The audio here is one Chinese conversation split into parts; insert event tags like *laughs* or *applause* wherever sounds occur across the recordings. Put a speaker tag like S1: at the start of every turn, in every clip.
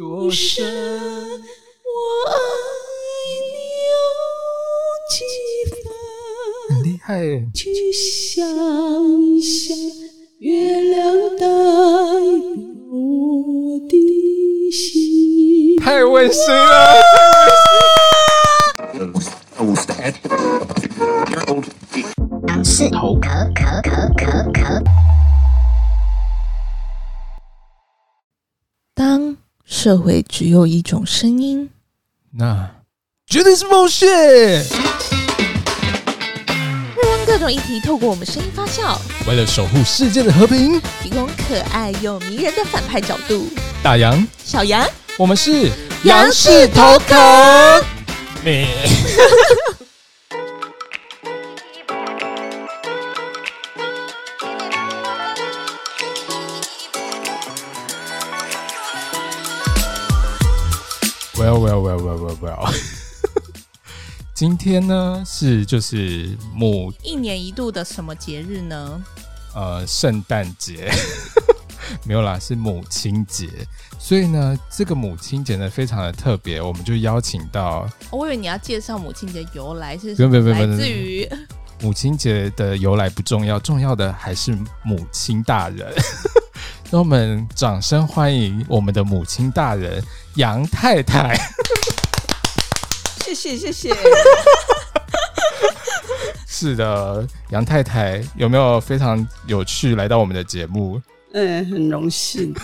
S1: 无声，我爱你有几分？
S2: 很厉害耶，
S1: 去想一想，月亮代表我的心。
S2: 太温馨了。
S3: 当社会只有一种声音，
S2: 那绝对是 bullshit。
S3: 让各种议题透过我们声音发酵，
S2: 为了守护世界的和平，
S3: 提供可爱又迷人的反派角度。
S2: 大洋，
S3: 小杨，
S2: 我们是
S3: 杨氏
S2: 头壳。 *laughs* 你 Well, well, well, well, well, well. *laughs* 今天呢是就是母
S3: 一年一度的什么节日呢？
S2: 呃圣诞节， *laughs* 没有啦，是母亲节。所以呢，这个母亲节呢非常的特别，我们就邀请到
S3: 哦我以为你要介绍母亲节由来是
S2: 不用不用不用
S3: 来
S2: 不用
S3: 自于 *laughs*
S2: 母亲节的由来不重要，重要的还是母亲大人。 *laughs* 让我们掌声欢迎我们的母亲大人杨太太。 *laughs*
S4: 谢谢谢谢，
S2: 是的，杨太太有没有非常有趣来到我们的节目？
S4: 嗯，很荣幸。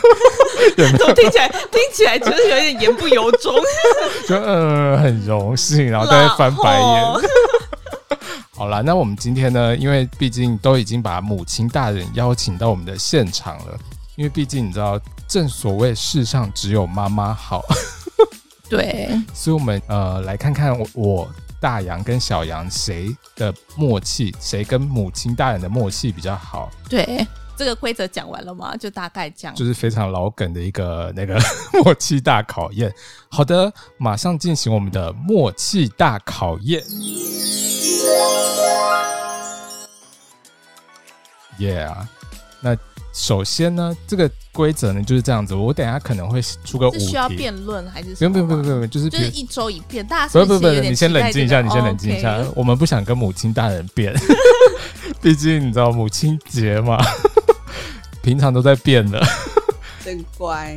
S4: 怎么听起来听起来就是有点言不由衷？
S2: *laughs* 就呃很荣幸，然后在那翻白眼。 *laughs* 好啦，那我们今天呢，因为毕竟都已经把母亲大人邀请到我们的现场了，因为毕竟你知道，正所谓世上只有妈妈好，
S3: *laughs*
S2: *laughs*
S3: 对，
S2: 所以我们呃来看看我我大杨跟小杨谁的默契，谁跟母亲大人的默契比较好，
S3: 对，这个规则讲完了吗？就大概讲。
S2: 就是非常老梗的一个 *laughs* 那个默契大考验。好的，马上进行我们的默契大考验。Yeah，那首先呢，这个规则呢就是这样子，我等一下可能会出个五
S3: 是
S2: 题
S3: 需要，辩论还是
S2: 不
S3: 什
S2: 用不
S3: 么吗？
S2: 用不用不用，就是
S3: 就
S2: 比
S3: 是
S2: 如
S3: 一周一遍，大家
S2: 不
S3: 是
S2: 不
S3: 是
S2: 不，
S3: 有点
S2: 你先
S3: 期待
S2: 冷静一
S3: 这
S2: 下，
S3: 个哦
S2: 你先冷静一下
S3: OK，
S2: 我们不想跟母亲大人辩， *laughs* 毕竟你知道母亲节嘛， *laughs* 平常都在变的。
S4: 真乖，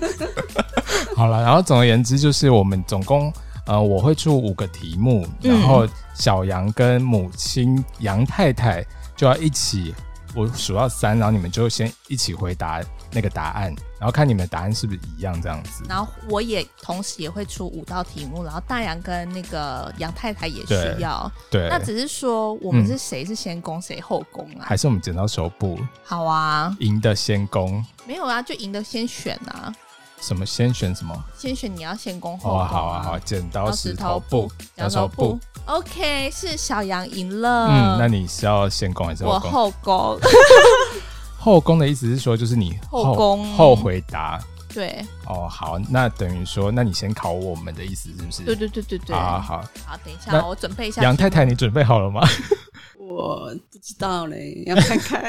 S2: *laughs* 好了，然后总而言之，就是我们总共呃，我会出五个题目，
S3: 嗯
S2: 然后小杨跟母亲杨太太就要一起，我数到三，然后你们就先一起回答那个答案，然后看你们的答案是不是一样这样子。
S3: 然后我也同时也会出五道题目，然后大杨跟那个杨太太也需
S2: 对
S3: 要。
S2: 对
S3: 那，只是说我们
S2: 嗯
S3: 是谁是先攻谁后攻啊？
S2: 还是我们剪刀手部
S3: 好啊，
S2: 赢的先攻，
S3: 没有啊，就赢的先选啊，
S2: 什么先选什么？
S3: 先选你要先攻后
S2: 好
S3: 攻、
S2: 啊，好啊，好啊，剪刀
S3: 然后
S2: 石
S3: 石
S2: 头
S3: 头
S2: 布
S3: 布，
S2: 剪刀
S3: 杨
S2: 石头
S3: 手
S2: 布
S3: 布。OK，是小杨赢了。
S2: 嗯，那你是要先攻还是
S3: 我
S2: 后攻？
S3: 后攻， *laughs*
S2: 后攻的意思是说，就是你
S3: 后攻
S2: 后回答，
S3: 对
S2: 哦，好，那等于说，那你先考我们的意思是不是？
S3: 对对对对对。
S2: 好好好，
S3: 好等一
S2: 那
S3: 下，我准备一下。
S2: 杨太太，你准备好了吗？ *laughs*
S4: 我不知道嘞，要
S2: *laughs*
S4: 看看。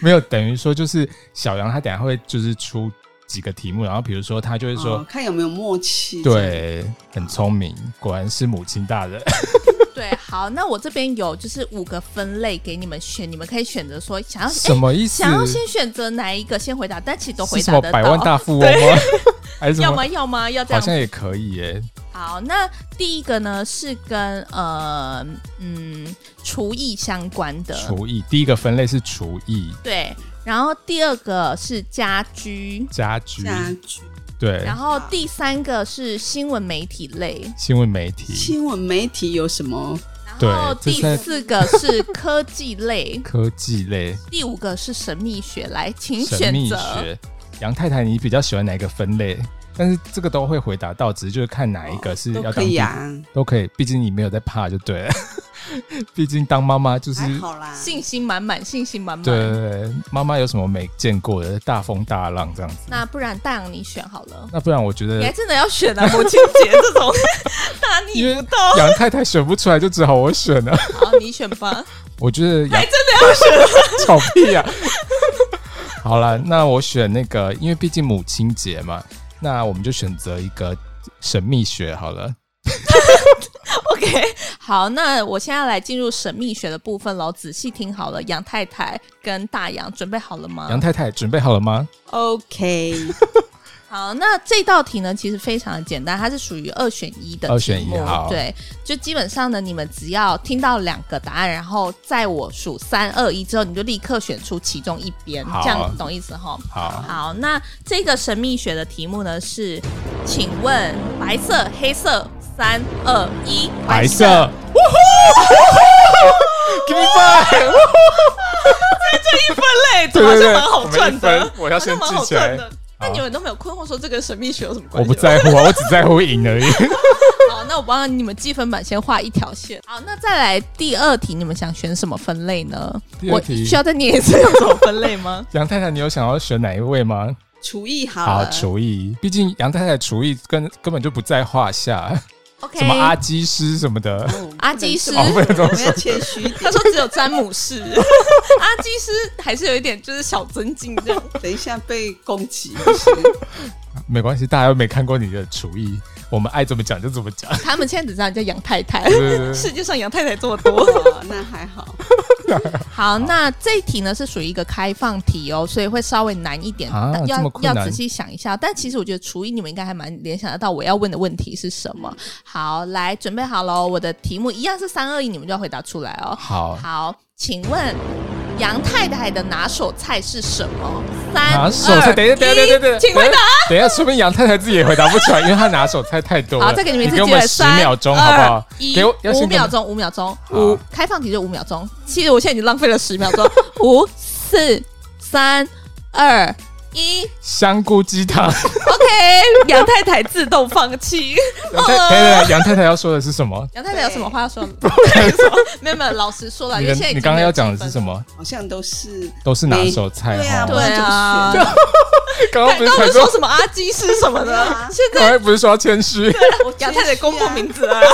S2: 没有，等于说就是小杨，他等一下会就是出几个题目，然后比如说他就会说，
S4: 哦看有没有默契。
S2: 对，很聪明，果然是母亲大
S3: 啊
S2: *laughs* 人。
S3: *laughs* 对，好，那我这边有就是五个分类给你们选，你们可以选择说想要
S2: 什么意思？
S3: 想要先选择哪一个先回答，但其实都
S2: 是
S3: 回
S2: 什
S3: 答
S2: 么
S3: 得
S2: 百万
S3: 到。哦
S2: 大富翁
S3: *laughs*
S2: 吗？还是什
S3: 要
S2: 么
S3: 吗？？要吗？要这
S2: 好
S3: 样
S2: 像也可以耶。
S3: 好，那第一个呢是跟呃嗯厨艺相关的，
S2: 厨艺，第一个分类是厨艺、
S3: 对。然后第二个是家居，
S2: 家居，
S4: 家居、
S2: 对
S3: 然，后第三个是新闻媒体类，
S2: 新闻媒体、
S4: 新闻媒体有什么？
S3: 然
S2: 对
S3: 后
S2: 这
S3: 第
S2: 三
S3: 四个是科技类，
S2: 科技类、
S3: *laughs* 第五个是神秘学。来，请
S2: 神
S3: 选
S2: 秘
S3: 择。
S2: 学。杨太太，你比较喜欢哪一个分类？但是这个都会回答到，只是就是看哪一个是
S4: 哦都
S2: 嗯要
S4: 可
S2: 当第
S4: 以啊，
S2: 都可以，毕竟你没有在怕就对了。 *laughs* 毕竟当妈妈就是
S4: 还好啦。
S3: 信心满满，信心满满。
S2: 对对对，妈妈有什么没见过的大风大浪这样子。
S3: 那不然大洋你选好了，
S2: 那不然我觉
S3: 你还
S2: 得，
S3: 真的要选啊！母亲节这
S2: *laughs*
S3: 种大
S2: 因
S3: 逆
S2: 为
S3: 不道，
S2: 杨太太选不出来，就只好我选了。
S3: 好，你选吧。 *laughs*
S2: 我觉得杨 *laughs*
S3: 还真的要选，
S2: 吵屁呀、好了，那我选那个，因为毕竟母亲节嘛，那我们就选择一个神秘学好了。
S3: OK，好，那我现在来进入神秘学的部分喽，仔细听好了，杨太太跟大杨准备好了吗？
S2: 啊杨太太准备好了吗？
S4: OK，
S3: 好，那这道题呢，其实非常的简单，它是属于二选一的
S2: 二选一
S3: 题目
S2: 好
S3: 对，就基本上呢，你们只要听到两个答案，然后在我数三二一之后，你就立刻选出其中一边
S2: 好，
S3: 这样懂意思哈？
S2: 好，
S3: 好，那这个神秘学的题目呢是，请问白色、黑色，三二一，
S2: 白色，哇呼，
S4: *laughs*
S2: 给你拜，
S4: 分类
S2: *laughs* 对
S4: 好
S2: 对
S4: 像
S2: 对，
S4: 蛮好赚
S2: 我们一
S4: 的
S2: 分，我要先
S4: 好像
S2: 记
S4: 蛮好
S2: 起来
S4: 赚。的。
S2: 好
S4: 那你们都没有困惑说这跟神秘学有什么关
S2: 我
S4: 系？
S2: 不在乎啊，我只在乎赢
S4: *laughs*
S2: 而已。
S3: *laughs* 好，那我帮你们记分板先画一条线。好，那再来第二题，你们想选什么分类呢？
S2: 第二
S3: 我
S2: 题
S3: 需要再念一次有什么分类吗？
S2: 杨太太，你有想要选哪一位吗？
S4: 厨艺好啊
S2: 好，
S4: 了，
S2: 厨艺，毕竟杨太太厨艺根根本就不在话下，
S3: *laughs* OK，
S2: 什么阿基师什么的，
S4: 哦
S3: 阿基师
S4: 我
S3: 哦不
S4: 们要谦虚一点。
S3: 他说只有詹姆士， *laughs* 阿基师还是有一点就是小增进这样。
S4: 等一下被攻击，
S2: 没关系，大家又没看过你的厨艺，我们爱怎么讲就怎么讲。
S3: 他们现在只知道你叫杨太太，
S2: 对对对
S3: 世界上杨太太这么多。
S4: 哇那还好。
S3: 好，那这一题呢是属于一个开放题哦，所以会稍微难一点，
S2: 啊
S3: 但
S2: 这
S3: 要
S2: 么困
S3: 要
S2: 难
S3: 仔细想一下。但其实我觉得厨艺你们应该还蛮联想得到我要问的问题是什么。好，来准备好喽，我的题目一样是三二一，你们就要回答出来哦。
S2: 好，
S3: 好，请问杨太太的拿手菜是什么？三
S2: 拿手菜，
S3: 二
S2: 等一下，等一下，等一下，等一下，
S3: 请回答。
S2: 等一下，说明杨太太自己也回答不出来，因为她拿手菜太多了。
S3: 好，再给你们一次
S2: 给
S3: 机
S2: 我
S3: 会，
S2: 们十
S3: 三
S2: 秒钟，好不好
S3: 二？一
S2: 给我，要
S3: 五
S2: 先给我
S3: 秒
S2: 们
S3: 钟，五秒钟，
S2: 好
S3: 五开放题就五秒钟。其实我现在已经浪费了十秒钟， *laughs* 五、四、三、二、一。
S2: 香菇
S3: *laughs*
S2: 鸡汤。哎 *laughs*
S3: OK，杨太太自动放弃。
S2: 杨太，等一下，杨太太要说的是什么？
S3: 杨太太有什么话要说？ *laughs* 没有没有，老实说了，
S2: 你
S3: 因
S2: 的
S3: 为现在已
S2: 你
S3: 经
S2: 刚刚
S3: 啊没有
S2: 要讲的
S3: 积
S2: 是
S3: 分
S2: 什？么？
S4: 好像都是
S2: 都是拿手菜
S4: 对
S2: 哈
S4: 啊，不。然
S3: 对
S4: 就选
S2: *laughs* 刚刚
S3: 刚
S2: 不是
S3: 刚
S2: 才
S3: 不是
S2: 说
S3: 说，什么阿基师什么
S4: 对
S3: 的
S4: 啊？
S3: 现在
S2: 刚刚不是说要谦虚
S4: 我
S3: 杨太太公布名字了。
S4: 啊
S3: 啊
S4: *laughs*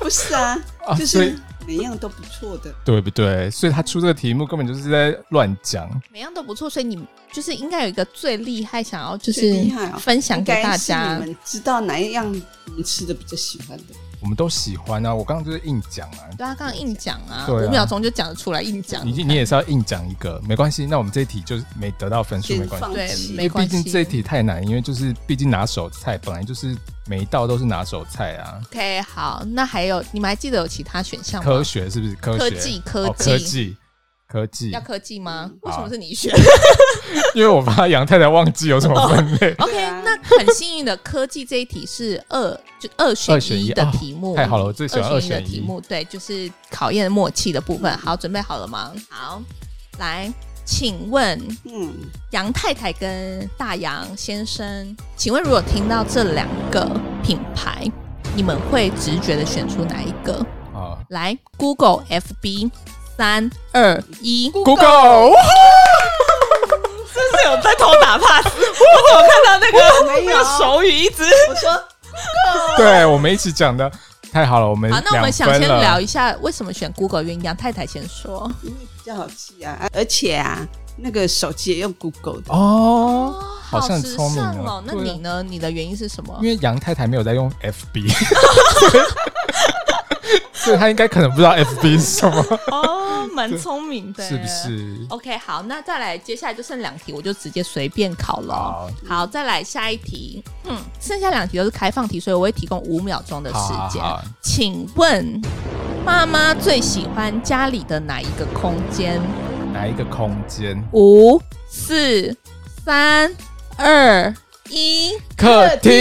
S4: 不是啊，
S2: *laughs* 啊？
S4: 就
S2: 所以
S4: 是每样都不错的。
S2: 对不对？所以他出这个题目根本就是在乱讲。
S3: 每样都不错，所以你就是应该有一个最厉害，想要就
S4: 最
S3: 是
S4: 厉害哦
S3: 分享给大
S4: 应该
S3: 家
S4: 是。你们知道哪一样你们吃的比较喜欢的？
S2: 我们都喜欢啊，我刚刚就是硬讲啊。
S3: 对啊啊，刚刚硬讲啊，
S2: 对啊
S3: 五秒钟就讲得出来，硬讲。
S2: 你你也是要硬讲一个，没关系。那我们这一题就是没得到分数，没
S4: 先
S2: 关系
S4: 放。
S3: 对
S4: 弃
S2: 因
S3: 没
S2: 为
S3: 关
S2: 毕
S3: 系
S2: 竟这一题太难，因为就是毕竟拿手菜本来就是每一道都是拿手菜啊。
S3: OK，好，那还有你们还记得有其他选项吗
S2: 科？学是不是？科学、
S3: 科技科
S2: 哦
S3: 技
S2: 科技、科技
S3: 要。科技
S4: 嗯
S3: 吗？为什么
S2: 好
S3: 是你选，
S2: 因为我怕杨太太忘记有什么分类
S3: ？OK， *laughs*
S4: 对啊
S3: 那很幸运的科技这一题是二就二选
S2: 二选
S3: 一
S2: 一
S3: 的
S2: 哦
S3: 题目，
S2: 太好了，我最喜欢
S3: 二
S2: 二
S3: 选
S2: 选
S3: 一的题
S2: 一。
S3: 目，对，就是考验默契的部分。好，准备好了吗？好，来，请问
S4: 嗯，
S3: 杨太太跟大杨先生，请问如果听到这两个品牌，你们会直觉的选出哪一个？
S2: 啊
S3: 来，Google、FB，三二一，
S2: ，Google，
S4: 真是有在偷
S3: *laughs*
S4: 打 pass。
S3: 看到那个
S4: 我没有，
S3: 手语一直。
S4: 我说
S2: 对我们一起讲的，太好了，我们
S3: 好，那我们
S2: 两
S3: 想
S2: 分
S3: 先
S2: 了
S3: 聊一下为什么选 Google 原因。杨太太先说，
S4: 因为嗯比较好记啊，而且啊，那个手机也用 Google 的，
S2: 哦。好
S3: 好
S2: 像
S3: 时
S2: 聪明
S3: 尚
S2: 了
S3: 哦。那
S2: 对啊
S3: 你呢？你的原因是什么
S2: 因？为杨太太没有在用 *laughs* FB，所以 *laughs* 她应该可能不知道 FB 是
S3: *laughs*
S2: 什么，
S3: *laughs* 哦，蛮聪明的，
S2: *laughs* 是不是？
S3: ？OK，好，那再来，接下来就剩两题，我就直接随便考了哦。
S2: 好，
S3: 好，再来下一题。嗯，剩下两题都是开放题，所以我会提供五秒钟的时
S2: 好
S3: 间。
S2: 好好
S3: 请问妈妈最喜欢家里的哪一个空间？
S2: 哪一个空间？
S3: 五、四、三、二、一。
S2: 客厅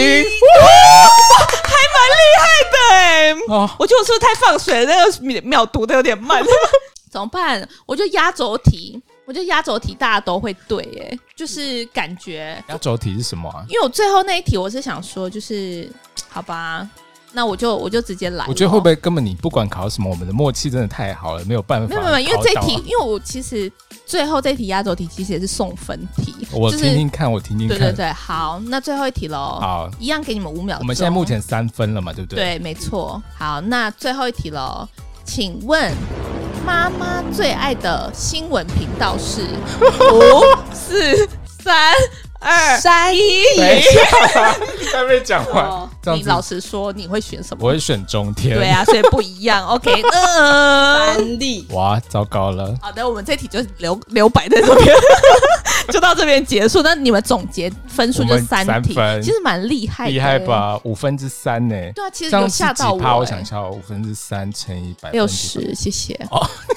S4: 对，
S3: 欸
S2: 哦，
S4: 我觉得我是不是太放水了？那个秒秒读的有点慢。
S3: *laughs* 怎么办？我就压轴题，我就压轴题，大家都会对、耶，就是感觉，
S2: 压轴题是什么啊？
S3: 因为我最后那一题，我是想说，就是好吧，那我就我就直接来咯。
S2: 我觉得会不会根本你不管考什么，我们的默契真的太好了，没有办法
S3: 没
S2: 考
S3: 有
S2: 到
S3: 没
S2: 啊。
S3: 有，因为这题，因为我其实最后这题压轴题其实也是送分题，
S2: 我
S3: 就是
S2: 听听看，我听听
S3: 对
S2: 看。
S3: 对对，好，那最后一题喽，
S2: 好，
S3: 一样给你们五秒钟。
S2: 我们现在目前三分了嘛，对不对？
S3: 对，没错。好，那最后一题喽，请问妈妈最爱的新闻频道是五四三二。
S4: 三一，
S2: *laughs* 等一下，还没讲完
S4: 哦，
S2: 这样
S3: 你老
S2: 子
S3: 实说，你会选什
S2: 我
S3: 么？
S2: 会选中天。
S3: 对，啊，所以不一样。OK，呃，
S4: 三立，
S2: 哇，糟糕了，
S3: 好的，我们这题就留留白在这边， *laughs* 就到这边结束。那你们总结分数就三
S2: 我们
S3: 题，
S2: 三分
S3: 其实蛮厉害的，
S2: 厉害？吧？五分之三呢？
S3: 对啊，其
S2: 这
S3: 实有
S2: 样是
S3: 吓
S2: 几
S3: 到我、
S2: 趴？
S3: 欸
S2: 我想一。下哦，五分之三乘以百分之哦
S3: 六，十，谢谢。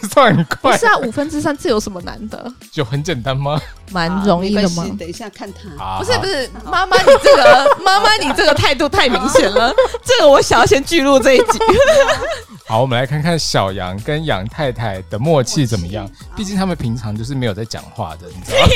S2: 你算很
S3: 不
S2: 快
S3: 是，啊，五分之三，这有什么难的？
S2: 就很简单吗？
S3: 蛮
S4: 啊
S3: 容易的
S4: 没
S3: 吗
S4: 关系？等一下看他，
S2: 啊
S3: 不是不是，妈妈，你这 *laughs* 个妈妈，你这个态度太明显 *laughs* 了。这个我想要先记录这一集。
S2: 好，我们来看看小杨跟杨太太的默契怎么样。毕竟他们平常就是没有在讲话的，你知道
S3: *laughs*
S2: 吗？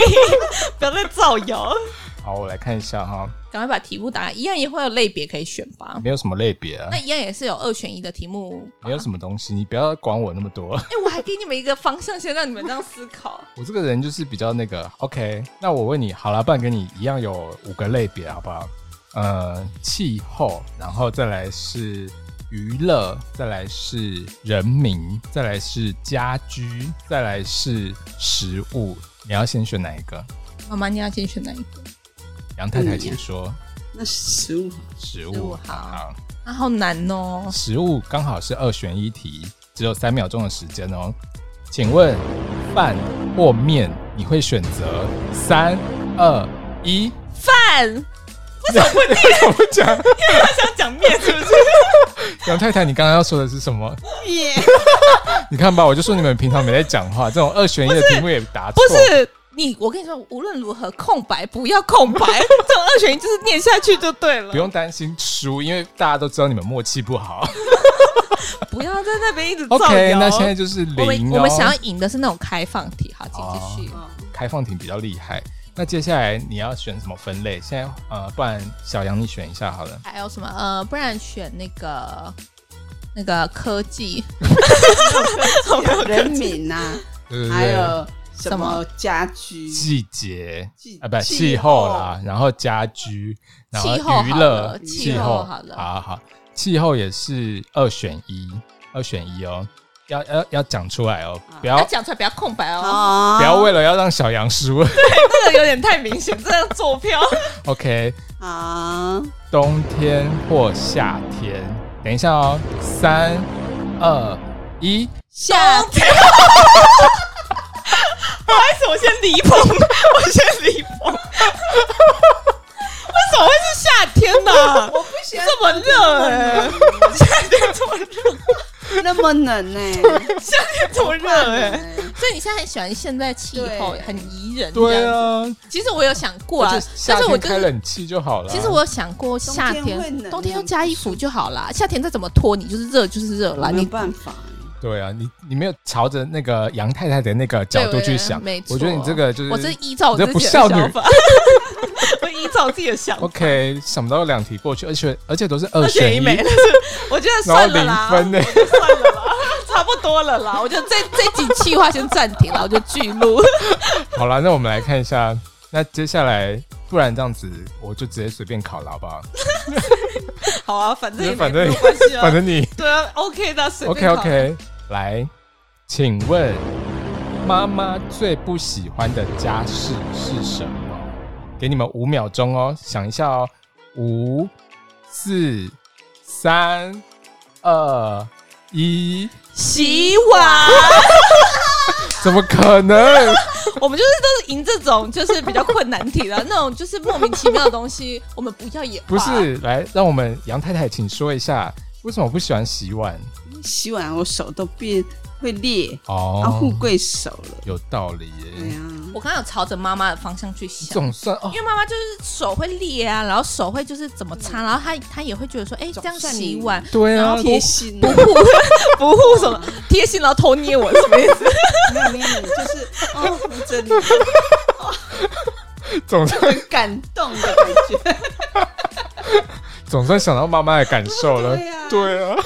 S3: *laughs* 不要再造谣，
S2: 好，我来看一下哈，
S3: 赶快把题目答，一样也会有类别可以选吧？
S2: 没有什么类别啊
S3: 那，一样也是有二选一的题目。
S2: 没有什么东西，你不要管我那么多。
S3: 哎、我还给你们一个方向，先让你们这样思考。
S2: 我这个人就是比较那个，OK。那我问你，好啦，不然跟你一样有五个类别，好不好？呃，气候，然后再来是娱乐，再来是人民，再来是家居，再来是食物。你要先选哪一个？
S3: *laughs* 妈妈，你要先选哪一个？
S2: 杨太太请说。
S4: 那十五，
S2: 食
S3: 嗯
S2: 物，
S3: 食物好啊，好难哦！
S2: 食物刚好是二选一题，只有三秒钟的时间哦。请问饭或面，你会选择三二一？
S3: 饭，
S2: 为什么不讲？
S3: 他想讲面是 *laughs* 不是？
S2: 杨太太，你刚刚要说的是什么？
S4: 耶，
S2: 你看吧，我就说你们平常没在讲话，这种二选一的题目也答
S3: 不
S2: 错。
S3: 是你，我跟你说，无论如何空白不要空 *laughs* 白，这种二选一就是念下去就对了。
S2: 不用担心输，因为大家都知道你们默契不好。
S3: 不要在那边一直造谣。
S2: OK，那现在就是
S3: 我
S2: 零
S3: 们
S2: 哦。
S3: 我们想要赢的是那种开放题，好，请继续。
S4: 哦
S2: 开放题比较厉害。那接下来你要选什么分类？现在呃，不然小杨你选一下好了。
S3: 还有什么？呃，不然选那个那个科技，
S4: 人民呐，
S2: 对对对
S4: 还有
S3: 什
S4: 什
S3: 么
S4: 么家居，
S2: 季节
S4: 季
S2: 啊，不
S4: 气
S2: 气候啦，然后家居，然后
S3: 气候
S2: 娱
S3: 好
S2: 乐
S3: 了，
S2: 气
S3: 气
S2: 候
S3: 候好了
S2: 好好，气候也是二选一，二选一哦，要要要讲出来哦，不要
S3: 要讲出来不要空白哦，
S4: 啊
S2: 不要为了要让小杨输。
S3: 这个有点太明显，这样做票。
S2: *laughs* OK，
S4: 啊，
S2: 冬天或夏天，等一下哦，三二一，
S3: 夏天，不好意思，我先离棚，我先离棚。为什么会是夏天呢、
S4: 我不喜欢
S3: 这么热哎、夏天这么热，
S4: 那么冷呢，
S3: 夏天这么 *laughs* 热
S4: *laughs*
S3: 哎、
S4: 哎
S3: 所以你现在很喜欢现在气候
S4: 对
S3: 很宜人，
S2: 对。啊，
S3: 其实我有想过啊
S2: 就，
S3: 但
S2: 夏
S3: 是我
S2: 天
S3: 就
S2: 开
S3: 是。
S2: 冷气就好了。啊
S3: 其实我有想过夏
S4: 冬天会冷
S3: 冬天要加衣服就好啦。夏天再怎么脱，你就是热就是热啦。
S4: 没有
S3: 你
S4: 办法，
S2: 对啊，你你没有朝着那个杨太太的那个角度去想，
S3: 对我
S2: 我觉得你这个就是
S3: 我是依照我
S2: 你这
S3: 自
S2: 不
S3: 己的
S2: 孝女
S3: 想法， *laughs* 我依照我自己的 *laughs* 想法。
S2: OK，想不到两题过去，而且而且都是二
S3: 二选
S2: 选
S3: 一
S2: 一，
S3: 没了， *laughs* 我觉得
S2: 然后
S3: 算了啦，
S2: 零分呢。 *laughs*
S3: 算了啦，差不多了啦。我觉 *laughs* 得这这几计划先暂停了，我就记录。
S2: 好啦，那我们来看一下，那接下来不然这样子，我就直接随便考了，好不好？
S3: *laughs* 好啊，反正也没
S2: 反正
S3: 没有关系啊，
S2: *laughs* 反正你
S3: 对啊，OK 的，随
S2: OK
S3: 便考
S2: OK，来，请问妈妈最不喜欢的家事是什么？给你们五秒钟哦，想一下哦，五、四、三、二、一，
S3: 洗碗，
S2: 怎么可能？
S3: *laughs* 我们就是都是赢这种就是比较困难题的那种，就是莫名其妙的东西，我们不要也罢
S2: 不。是，来，让我们杨太太请说一下，为什么不喜欢洗碗？
S4: 洗碗我手都变会裂，啊，
S2: 哦
S4: 富，贵手了，
S2: 有道理
S4: 对
S2: 耶。
S4: 啊，
S3: 我刚刚有朝着妈妈的方向去想，
S2: 总算哦
S3: 因，为妈妈就是手会裂啊，然后手会就是怎么擦，然后她她也会觉得说，哎、这
S4: 总
S3: 样
S4: 算
S3: 洗
S4: 你
S2: *laughs*
S3: 碗
S2: 对
S3: 然
S2: 啊
S3: 后，
S4: 贴心
S3: 不
S4: 啊，
S3: 护不护什么贴心，然后偷捏我什么
S2: *laughs*
S3: 意思？
S4: 没有没有，就是哦，扶着你，
S2: 总算
S4: 很感动的感
S1: *laughs*
S4: 觉，
S2: 总算想到妈妈的感受了
S4: *laughs* 对啊。
S2: 对啊，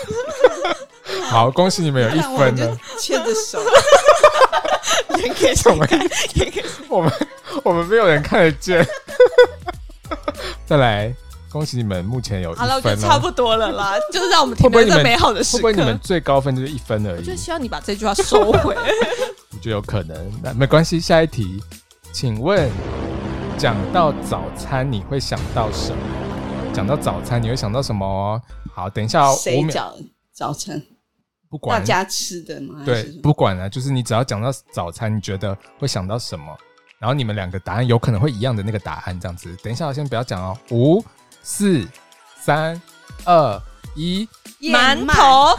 S2: 好，恭喜你们有一
S4: 看我
S2: 分
S4: 就
S2: 了。
S4: 牵着手，
S3: 演给
S2: 什么
S3: 演给
S2: *laughs* 我们我们没有人看得见。再来，恭喜你们目前有一
S4: 好了，我觉
S2: 分
S4: 得
S2: 哦
S4: 差不多了啦，就是让我们
S2: 会
S4: 停
S2: 不会
S4: 留
S2: 你
S4: 在
S2: 们
S4: 美好的时
S2: 会不
S4: 刻。
S2: 会你们最高分就是一分而
S4: 我
S2: 已
S4: 就？希望你把这句话收回。
S2: 我觉得有可能，那没关系。下一题，请问讲到早餐你会想到什么？讲到早餐你会想到什么哦？好，等一下哦五
S1: 谁
S2: 秒，
S1: 早早晨
S2: 不
S1: 大
S2: 管
S1: 家吃的吗？还
S2: 对
S1: 是什，么
S2: 不管了、就是你只要讲到早餐，你觉得会想到什么？然后你们两个答案有可能会一样的那个答案，这样子。等一下，我先不要讲哦。五、四、三、二、一，
S3: 馒头。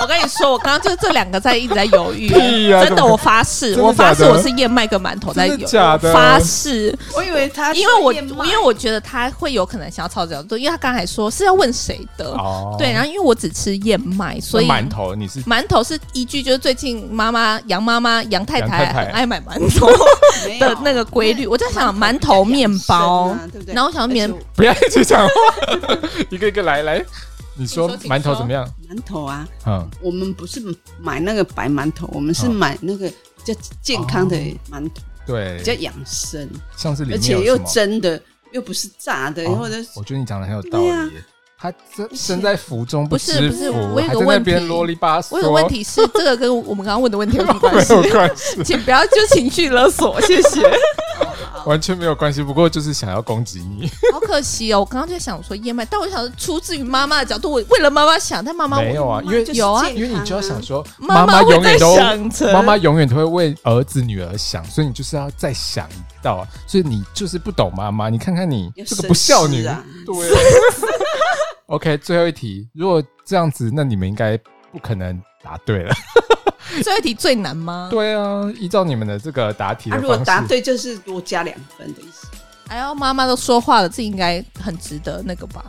S3: 我跟你说，我刚刚就这两个在一直在犹豫，
S2: 屁呀
S3: 真的，我发誓，
S2: 真的
S3: 我发誓
S2: 假的
S3: 我是燕麦跟馒头在犹
S2: 真的假的
S3: 豫，发誓，
S1: 我以为他
S3: 因为我
S1: 啊说燕麦
S3: 因为我觉得他会有可能想要操这角度，因为他刚才说是要问谁的，
S2: 哦，
S3: 对，然后因为我只吃燕麦，所以
S2: 那馒头你是
S3: 馒头是依据就是最近妈妈杨妈妈杨太
S2: 杨太
S3: 太
S2: 太
S3: 很爱买馒
S2: *laughs*
S3: 头
S1: 没有
S3: 的那个规律，我在想馒头
S1: 比较
S3: 面
S1: 养
S3: 包
S1: 生啊，对不对？
S3: 然后我想要面
S1: 而且
S2: 不要一起讲话， *laughs* 一个一个来来。你说
S3: 请说请
S2: 馒头
S3: 说
S2: 怎么样？
S1: 馒头啊，
S2: 嗯，
S1: 我们不是买那个白馒头，我们是
S2: 嗯
S1: 买那个比较健康的馒头，
S2: 哦对
S1: 比，较养生，
S2: 像是里
S1: 而
S2: 面有
S1: 且又
S2: 什么
S1: 蒸的，又不是炸的，
S2: 哦
S1: 或者
S2: 我觉得你讲的很有道理
S1: 对啊
S2: 耶。他身身在福中
S3: 不是
S2: 知
S3: 不是
S2: 福，
S3: 我有
S2: 还
S3: 个
S2: 在那
S3: 问
S2: 边
S3: 题
S2: 啰里吧嗦。
S3: 我有个问题是，这个跟我们刚刚问的问题有什么
S2: *laughs* 没
S3: 关系？
S2: 有关
S3: *laughs*
S2: 系，
S3: 请不要就情绪勒索，谢谢。
S2: 完全没有关系。不过就是想要攻击你，
S3: 好可惜哦，我刚刚就想说燕麦，但我想出自于妈妈的角度，我为了妈妈想，但妈妈我
S2: 没有啊，因为
S1: 就是
S3: 有啊
S1: 健
S2: 因为你
S1: 康
S2: 就要
S1: 啊
S2: 想说，
S3: 妈
S2: 妈
S3: 会
S2: 永
S3: 在
S2: 远都
S3: 想着
S2: 妈妈永远都会为儿子女儿想，所以你就是要再想一道啊。所以你就是不懂妈妈，你看看你
S1: 要
S2: 这个
S1: 省
S2: 不孝女
S1: 事，啊
S2: 对
S3: *laughs*
S2: 啊。OK，最后一题，如果这样子，那你们应该不可能答对了。
S3: 这一题最难吗？
S2: 对啊，依照你们的这个答题
S1: 啊，
S2: 的
S1: 如果
S2: 方式，
S1: 答对就是多加两分的意思。
S3: 哎呦，妈妈都说话了，这应该很值得那个吧？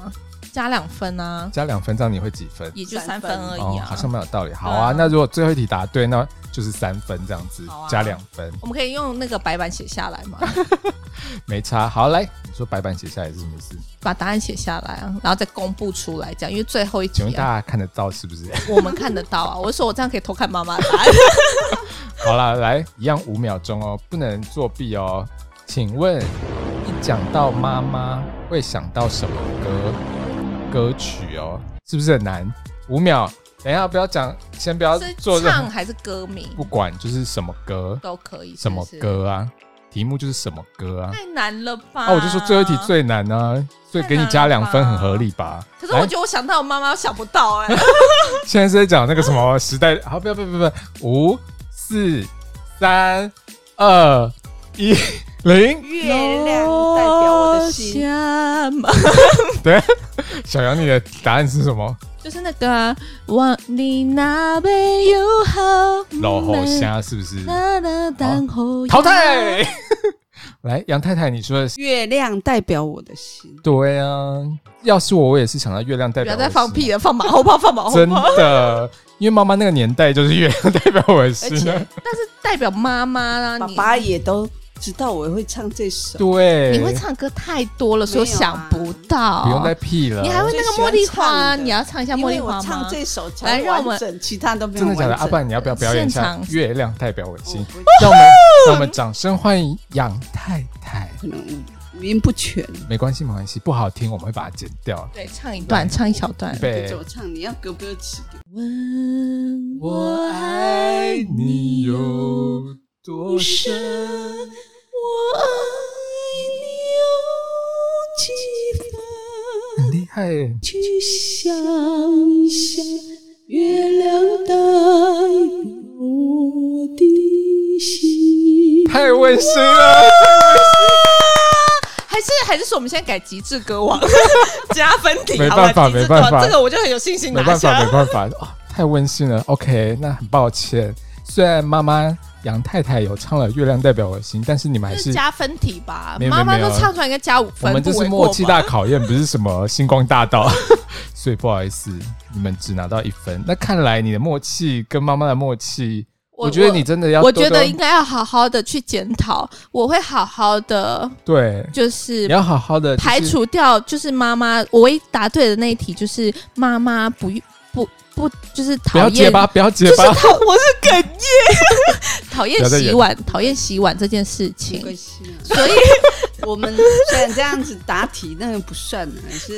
S3: 加两分啊，
S2: 加两分，这样你会几分？
S3: 也就三
S1: 三
S3: 分
S1: 分
S3: 而已
S2: 哦，
S3: 啊。
S2: 好像蛮有道理。好
S3: 对
S2: 啊，
S3: 啊
S2: 那如果最后一题答对，那就是三分这样子，
S3: 好啊
S2: 加两分，
S3: 我们可以用那个白板写下来嘛，
S2: 没差。好，来，你说白板写下来是什么意思？
S3: 把答案写下来啊，然后再公布出来，这样，因为最后一题
S2: 请问大
S3: 啊，
S2: 家看得到是不 *laughs* 是？
S3: 我们看得到啊。我说我这样可以偷看妈妈的答案，
S2: 好啦，来，一样五秒钟哦，不能作弊哦。请问，一讲到妈妈会想到什么歌歌曲哦？是不是很难？五秒，等一下不要讲，先不要做
S3: 是
S2: 任
S3: 唱
S2: 何，
S3: 还是歌名
S2: 不管就是什么歌，
S3: 都可以，是
S2: 什
S3: 不
S2: 么
S3: 是？
S2: 歌啊？题目就是什么歌啊？
S3: 太难了吧？
S2: 啊，我就说最后一题最难啊，所以给你加两分很合理吧？
S3: 可是我
S2: 来
S3: 觉得我想到我妈妈我想不到哎、
S2: 现在是在讲那个什
S3: 啊
S2: 么时代？好，不要不要不要，不要五、四、三、二、一、零。
S1: 月亮代表我的心，
S3: 我想
S2: 小杨，你的答案是什么？
S3: 就是那个啊望你那边有好
S2: 老猴虾是不是？
S3: 那那当后
S2: 淘汰。 *laughs* 来，杨太太，你说的是
S1: 月亮代表我的心。
S2: 对啊。要是我，我也是想到月亮代
S3: 不
S2: 表。
S3: 要再放屁！了，放马后炮，放马后
S2: 真
S3: 炮。
S2: 的，因为妈妈那个年代就是月亮代表我的
S1: 而
S2: 心啊。
S1: 且
S3: 代表妈妈啦，
S1: 爸
S3: 你
S1: 爸也都知道我会唱这首，
S2: 对，
S3: 你会唱歌太多了，所以我想不到。
S2: 不用再屁了。
S3: 你还会那个茉莉花，
S1: 最喜欢唱
S3: 啊
S1: 的
S3: 你要唱一下
S1: 因
S3: 茉莉
S1: 为我
S3: 花
S1: 唱
S3: 吗？
S1: 这首才
S3: 来让我们
S1: 完整，其他都没有
S2: 真的
S1: 完
S2: 假
S1: 整。
S2: 的？阿半，你要不要表演一下
S3: 现场
S2: 《月亮代表我的
S1: 我
S2: 心》
S3: *laughs*
S1: 不
S2: 让我们让我们掌声欢迎杨太太。
S1: 可能五音不全，
S2: 没关系，没关系，不好听我们会把它剪掉。
S3: 对，唱一段，唱一小段
S2: 预。
S1: 跟
S2: 备
S1: 着，我唱，你要歌歌词给
S3: 问
S2: 我爱你有多深？
S1: 我爱你有几分？
S2: 很厉害 *laughs* 耶！
S1: 去想想，月亮代表我的心。
S2: 太温馨了。
S3: 还是还是说我们现在改极致歌王加分题？
S2: 没
S3: 好吧
S2: 办法
S3: 极致
S2: 没办
S3: 歌王
S2: 法
S3: 这个我就很有信心
S2: *laughs* 没
S3: 拿
S2: 办法，
S3: 下
S2: 没。办法，哦、太温馨了。OK，那很抱歉，虽然妈妈杨太太有唱了《月亮代表我的心》，但是你们还
S3: 就是是加分题吧，
S2: 没有没
S3: 妈
S2: 有
S3: 妈
S2: 没
S3: 都
S2: 有
S3: 唱出来应该加五
S2: 我
S3: 分，
S2: 们这
S3: 不
S2: 是
S3: 为
S2: 默
S3: 过
S2: 契
S3: 吧？
S2: 大考验，不是什么星光大道， *laughs* 所以不好意思，你们只拿到一分。那看来你的默契跟妈妈的默契，我觉得你真的要
S3: 我
S2: 多
S3: 觉
S2: 多，
S3: 得应该要好好的去检讨，我会好好的，
S2: 对，
S3: 就是
S2: 你要好好的
S3: 排。除掉，就是妈妈，我唯一答对的那一题就是妈妈不不不就是
S2: 不
S3: 讨
S2: 要结
S3: 厌
S2: 巴，不要结
S3: 就是
S2: 巴，
S3: 讨 *laughs* 我是哽咽，讨
S2: 不
S3: 厌
S2: 要再演
S3: 洗碗，讨厌洗碗这件事
S4: 没
S3: 情
S4: 关。系啊。
S3: 所以
S4: 我们虽然这样子答题，那个不算的，是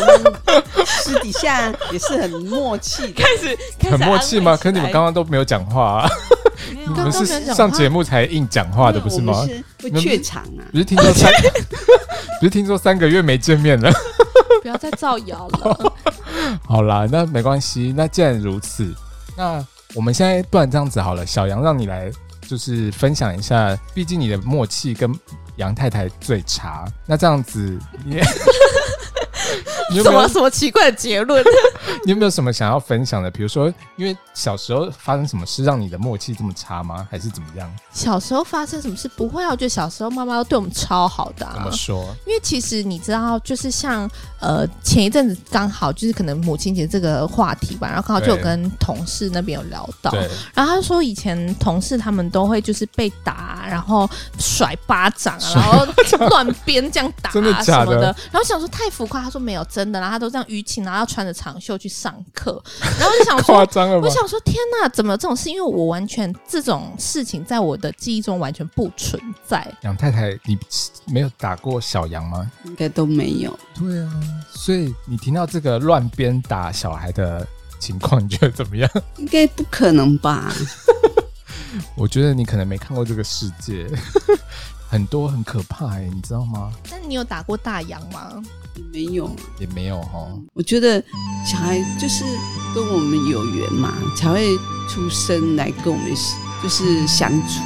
S4: 我们私底下也是很默契的。
S3: 开始开始
S2: 很默契
S3: 安慰
S2: 吗？
S3: 起
S2: 可你们
S3: 来
S2: 刚刚都没有讲话、啊， *laughs* 你
S3: 刚
S2: 们
S3: 刚没有
S2: 是
S3: 讲
S2: 上
S3: 话
S2: 节目才硬讲 *laughs* 话的，不是
S4: 我
S2: 吗
S4: 们？是会怯场啊，
S2: 不是听说三， *laughs* 不是听说三个月没见面了。
S3: 不要再造谣
S2: *laughs*
S3: 了。
S2: 好啦，那没关系。那既然如此，那我们现在不然这样子好了，小杨让你来，就是分享一下，毕竟你的默契跟杨太太最差。那这样子，
S3: *laughs*
S2: 你你有
S3: 什
S2: 没
S3: 么
S2: 有
S3: 什么奇怪的结论？
S2: *laughs* 你有没有什么想要分享的？比如说，因为小时候发生什么事让你的默契这么差吗？还是怎么样？
S3: 小时候发生什么事不会啊？我觉得小时候妈妈都对我们超好的、
S2: 怎
S3: 啊
S2: 么。说？
S3: 因为其实你知道，就是像呃前一阵子刚好就是可能母亲节这个话题吧，然后刚好就有
S2: 对
S3: 跟同事那边有聊到，
S2: 对，
S3: 然后他说以前同事他们都会就是被打，然后甩巴掌啊，
S2: 甩
S3: 然后乱编这样打啊
S2: 真的假
S3: 什
S2: 的
S3: 么的。然后想说太浮夸，他说没有真的，然后他都这样淤青，然后要穿着长袖去上课，然后我就想
S2: *laughs* 夸
S3: 说。
S2: 张了吧
S3: 我？想说，天哪，怎么有这种事？因为我完全这种事情在我的记忆中完全不存在。
S2: 杨太太，你没有打过小杨吗？
S4: 应该都没有。
S2: 对啊，所以你听到这个乱鞭打小孩的情况，你觉得怎么样？
S4: 应该不可能吧？
S2: *laughs* 我觉得你可能没看过这个世界， *laughs* 很多很可怕哎、你知道吗？
S3: 但你有打过大洋吗？
S4: 没有，
S2: 也没有哦。
S4: 我觉得小孩就是跟我们有缘嘛，才会出生来跟我们就是相处，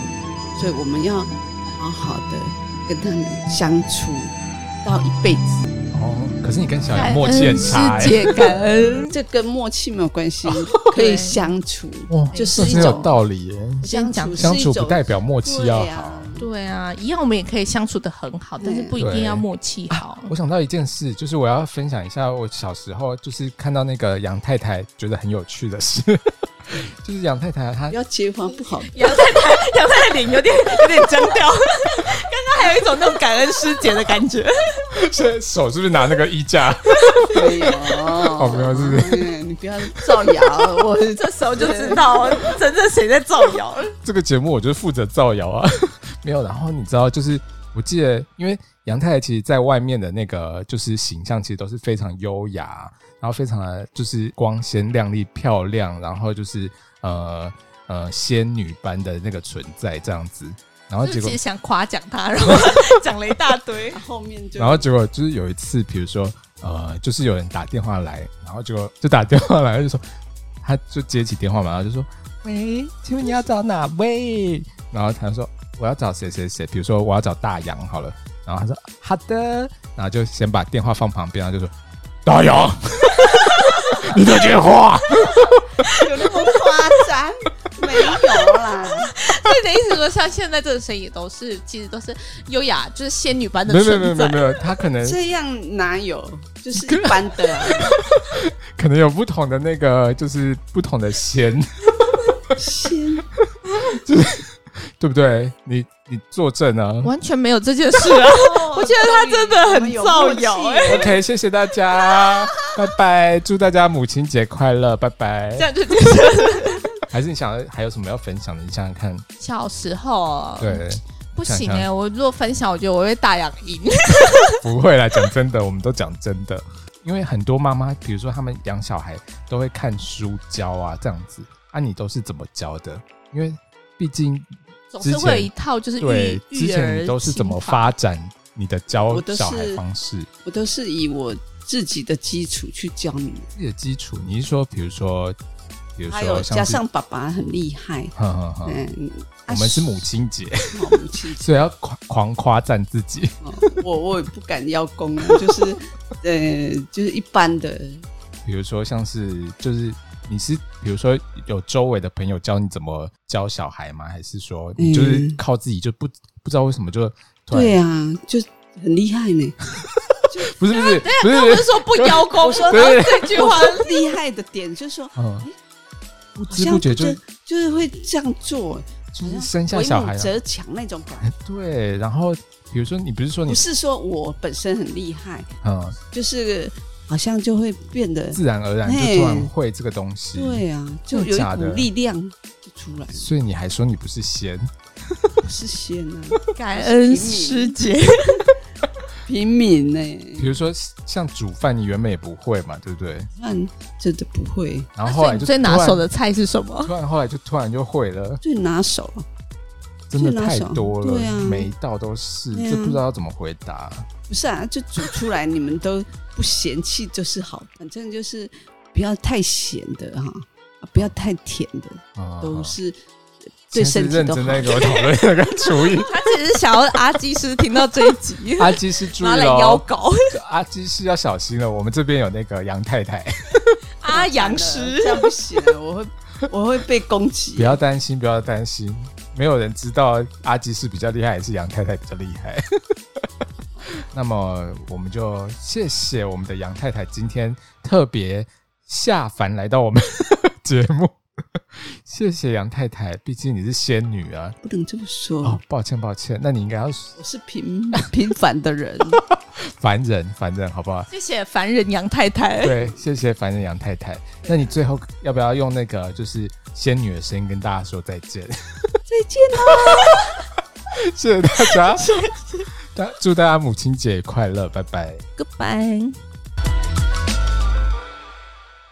S4: 所以我们要好好的跟他们相处到一辈子。
S2: 哦，可是你跟小杨默契很差哎、
S3: 世界感恩。
S2: *laughs*
S4: 这跟默契没有关系，可以相处，
S2: 哦哇，
S4: 就是
S2: 哦这很
S4: 一
S2: 有
S4: 种
S2: 道理耶、
S4: 相
S3: 相
S4: 处
S2: 相
S4: 是一
S2: 处不
S4: 种
S2: 代表默契要
S4: 对
S2: 好。
S4: 啊
S3: 对啊，一样我们也可以相处的很好，但是不一定要默契好。
S2: 我想到一件事，就是我要分享一下我小时候，就是看到那个杨太太，觉得很有趣的事， *laughs* 就是杨太太她
S4: 不要结婚
S2: *laughs*
S4: 不好，
S3: 杨太太，杨太太脸有点有点僵掉， *laughs* 刚刚还有一种那种感恩师姐的感觉。
S2: 现在 *laughs* 手是不是拿那个衣架？
S4: 哎呦，
S2: 哦没有是
S4: *laughs*
S2: 不
S4: 是？你不要造谣，我
S2: *laughs*
S3: 这时候就知道真正谁在造谣。
S2: 这个节目我就是负责造谣啊， *laughs* 没有。然后你知道，就是我记得，因为杨太太其实在外面的那个就是形象，其实都是非常优雅，然后非常的就是光鲜亮丽、漂亮，然后就是呃呃仙女般的那个存在这样子。然后
S3: 就
S2: 结果
S3: 其实想夸奖他，
S2: *laughs*
S3: 然后讲了一大堆。
S4: 后面就
S2: 然后结果就是有一次，比如说呃，就是有人打电话来，然后结果就打电话来，就说他就接起电话嘛，然后就说喂，请问你要找哪位？然后他就说我要找谁谁谁，比如说我要找大洋好了，然后他说好的，然后就先把电话放旁边，然后就说大洋，你的电话。
S4: *laughs* 有那么夸张？没有啦，
S3: 所以你的意思说，像现在这个谁也都是，其实都是优雅，就是仙女般的
S2: 没有没有没有
S3: 存
S2: 没有没
S3: 在。
S2: 有，他
S4: *laughs*
S2: 可能
S4: 这样哪有？就是一般
S3: *laughs*
S4: 的啊、
S2: 可能有不同的那个，就是不同的仙。
S4: 先
S2: 对不对？你你作证啊！
S3: 完全没有这件事啊！我觉得他真的很造谣哎、
S2: OK，谢谢大家， *laughs* 拜拜！祝大家母亲节快乐，拜拜
S3: 这！样就结束
S2: *laughs*
S3: 了。
S2: 还是你想还有什么要分享的？你想想看，
S3: 小时候哦
S2: 对，
S3: 不行
S2: 想
S3: 哎、
S2: 想
S3: 我如果分享，我觉得我会大洋赢。
S2: 不会啦，讲真的，我们都讲真的，因为很多妈妈，比如说他们养小孩都会看书教啊，这样子啊，你都是怎么教的？因为毕竟
S3: 总是会有一套就是
S2: 对
S3: 育
S2: 之
S3: 育
S2: 前
S3: 儿
S2: 你都是怎么
S3: 心法
S2: 发展你的教
S4: 我都是
S2: 小孩方式，
S4: 我都是以我自己的基础去教你们，
S2: 自己的基础，你是说，比如说，比如
S4: 还有
S2: 说像
S4: 加
S2: 是， *laughs*
S4: 上爸爸很厉害，
S2: 哼哼
S3: 啊
S2: 哼，
S4: 嗯，
S2: 我们是
S4: *laughs*
S2: 母亲节。
S4: 好母亲节
S2: 所以要狂狂夸赞自己。 *laughs*
S4: 哦，我我也不敢邀功啊，就是呃，就是一般的，
S2: 比如说，像是就是你是，比如说有周围的朋友教你怎么教小孩吗？还是说你就是靠自己就不、不知道为什么就突然
S4: 对啊，就很厉害呢。
S2: *laughs* 不是不是不
S3: 我是
S2: 是
S3: 说不邀功，
S2: *laughs*
S4: 我说
S3: 然后这句
S4: 我
S3: 话
S4: 说厉害的点就是说，
S2: 嗯，不
S4: 好
S2: 知
S4: 像
S2: 不觉就
S4: 就就是会这样做，
S2: 就是生下小孩啊了。
S4: 为母则强那种感觉。
S2: 对， *laughs* 然后比如说你不是说你
S4: 不是说我本身很厉害，
S2: 嗯
S4: 就是好像就会变得
S2: 自然而然就
S4: 嘿
S2: 突然会这个东西。，
S4: 对啊，就
S2: 真的
S4: 有一
S2: 假
S4: 股
S2: 的
S4: 力量就出来了，
S2: 所以你还说你不是仙，
S4: 不是仙啊，
S3: 感
S2: *laughs*
S3: 恩师姐，
S4: 平民欸呢、
S2: 比如说像煮饭，你原本也不会嘛，对不对？
S4: 饭真的不会，
S2: 然后后来就
S3: 最
S2: 突
S3: 拿
S2: 然
S3: 手的菜是什么？
S2: 突然后来就突然就会了，
S4: 最拿手
S2: 真的
S4: 最拿
S2: 太
S4: 手
S2: 多了，
S4: 对啊
S2: 每一道都是，
S4: 对啊
S2: 这不知道要怎么回答。
S4: 不是啊，就煮出来你们都不嫌弃就是好，反正就是不要太咸的哈、啊不要太甜的，
S2: 啊
S4: 都是对
S2: 真是
S4: 身体
S2: 认
S4: 都好
S2: 真。在给我讨论那个厨
S4: *laughs*
S2: 艺。
S3: *laughs* 他只是想要阿基师听到这一集
S2: *laughs* ，阿基是注意
S3: 拿来邀
S2: 喽，
S3: 稿。 *laughs*
S2: 阿基是要小心了。我们这边有那个杨太
S4: *laughs*
S2: 太，
S3: 阿阳
S4: 这
S3: 师，
S4: 样不行啊，我会我会被攻击。
S2: 不要担心，不要担心，没有人知道阿基是比较厉害还是杨太太比较厉害。 *laughs* 那么我们就谢谢我们的杨太太今天特别下凡来到我们节目，谢谢杨太太，毕竟你是仙女啊。
S4: 不能这么说，
S2: 哦，抱歉抱歉，那你应该要
S4: 我是平 *laughs* 平凡的
S2: *laughs*
S4: 人，
S2: 凡人凡人好不好？
S3: 谢谢凡人杨太太。
S2: 对，谢谢凡人杨太太。那你最后要不要用那个就是仙女的声音跟大家说再见？ *laughs*
S4: 再见啦，
S2: 谢谢大家，大祝大家母亲节快乐，拜拜。
S3: *laughs* Goodbye。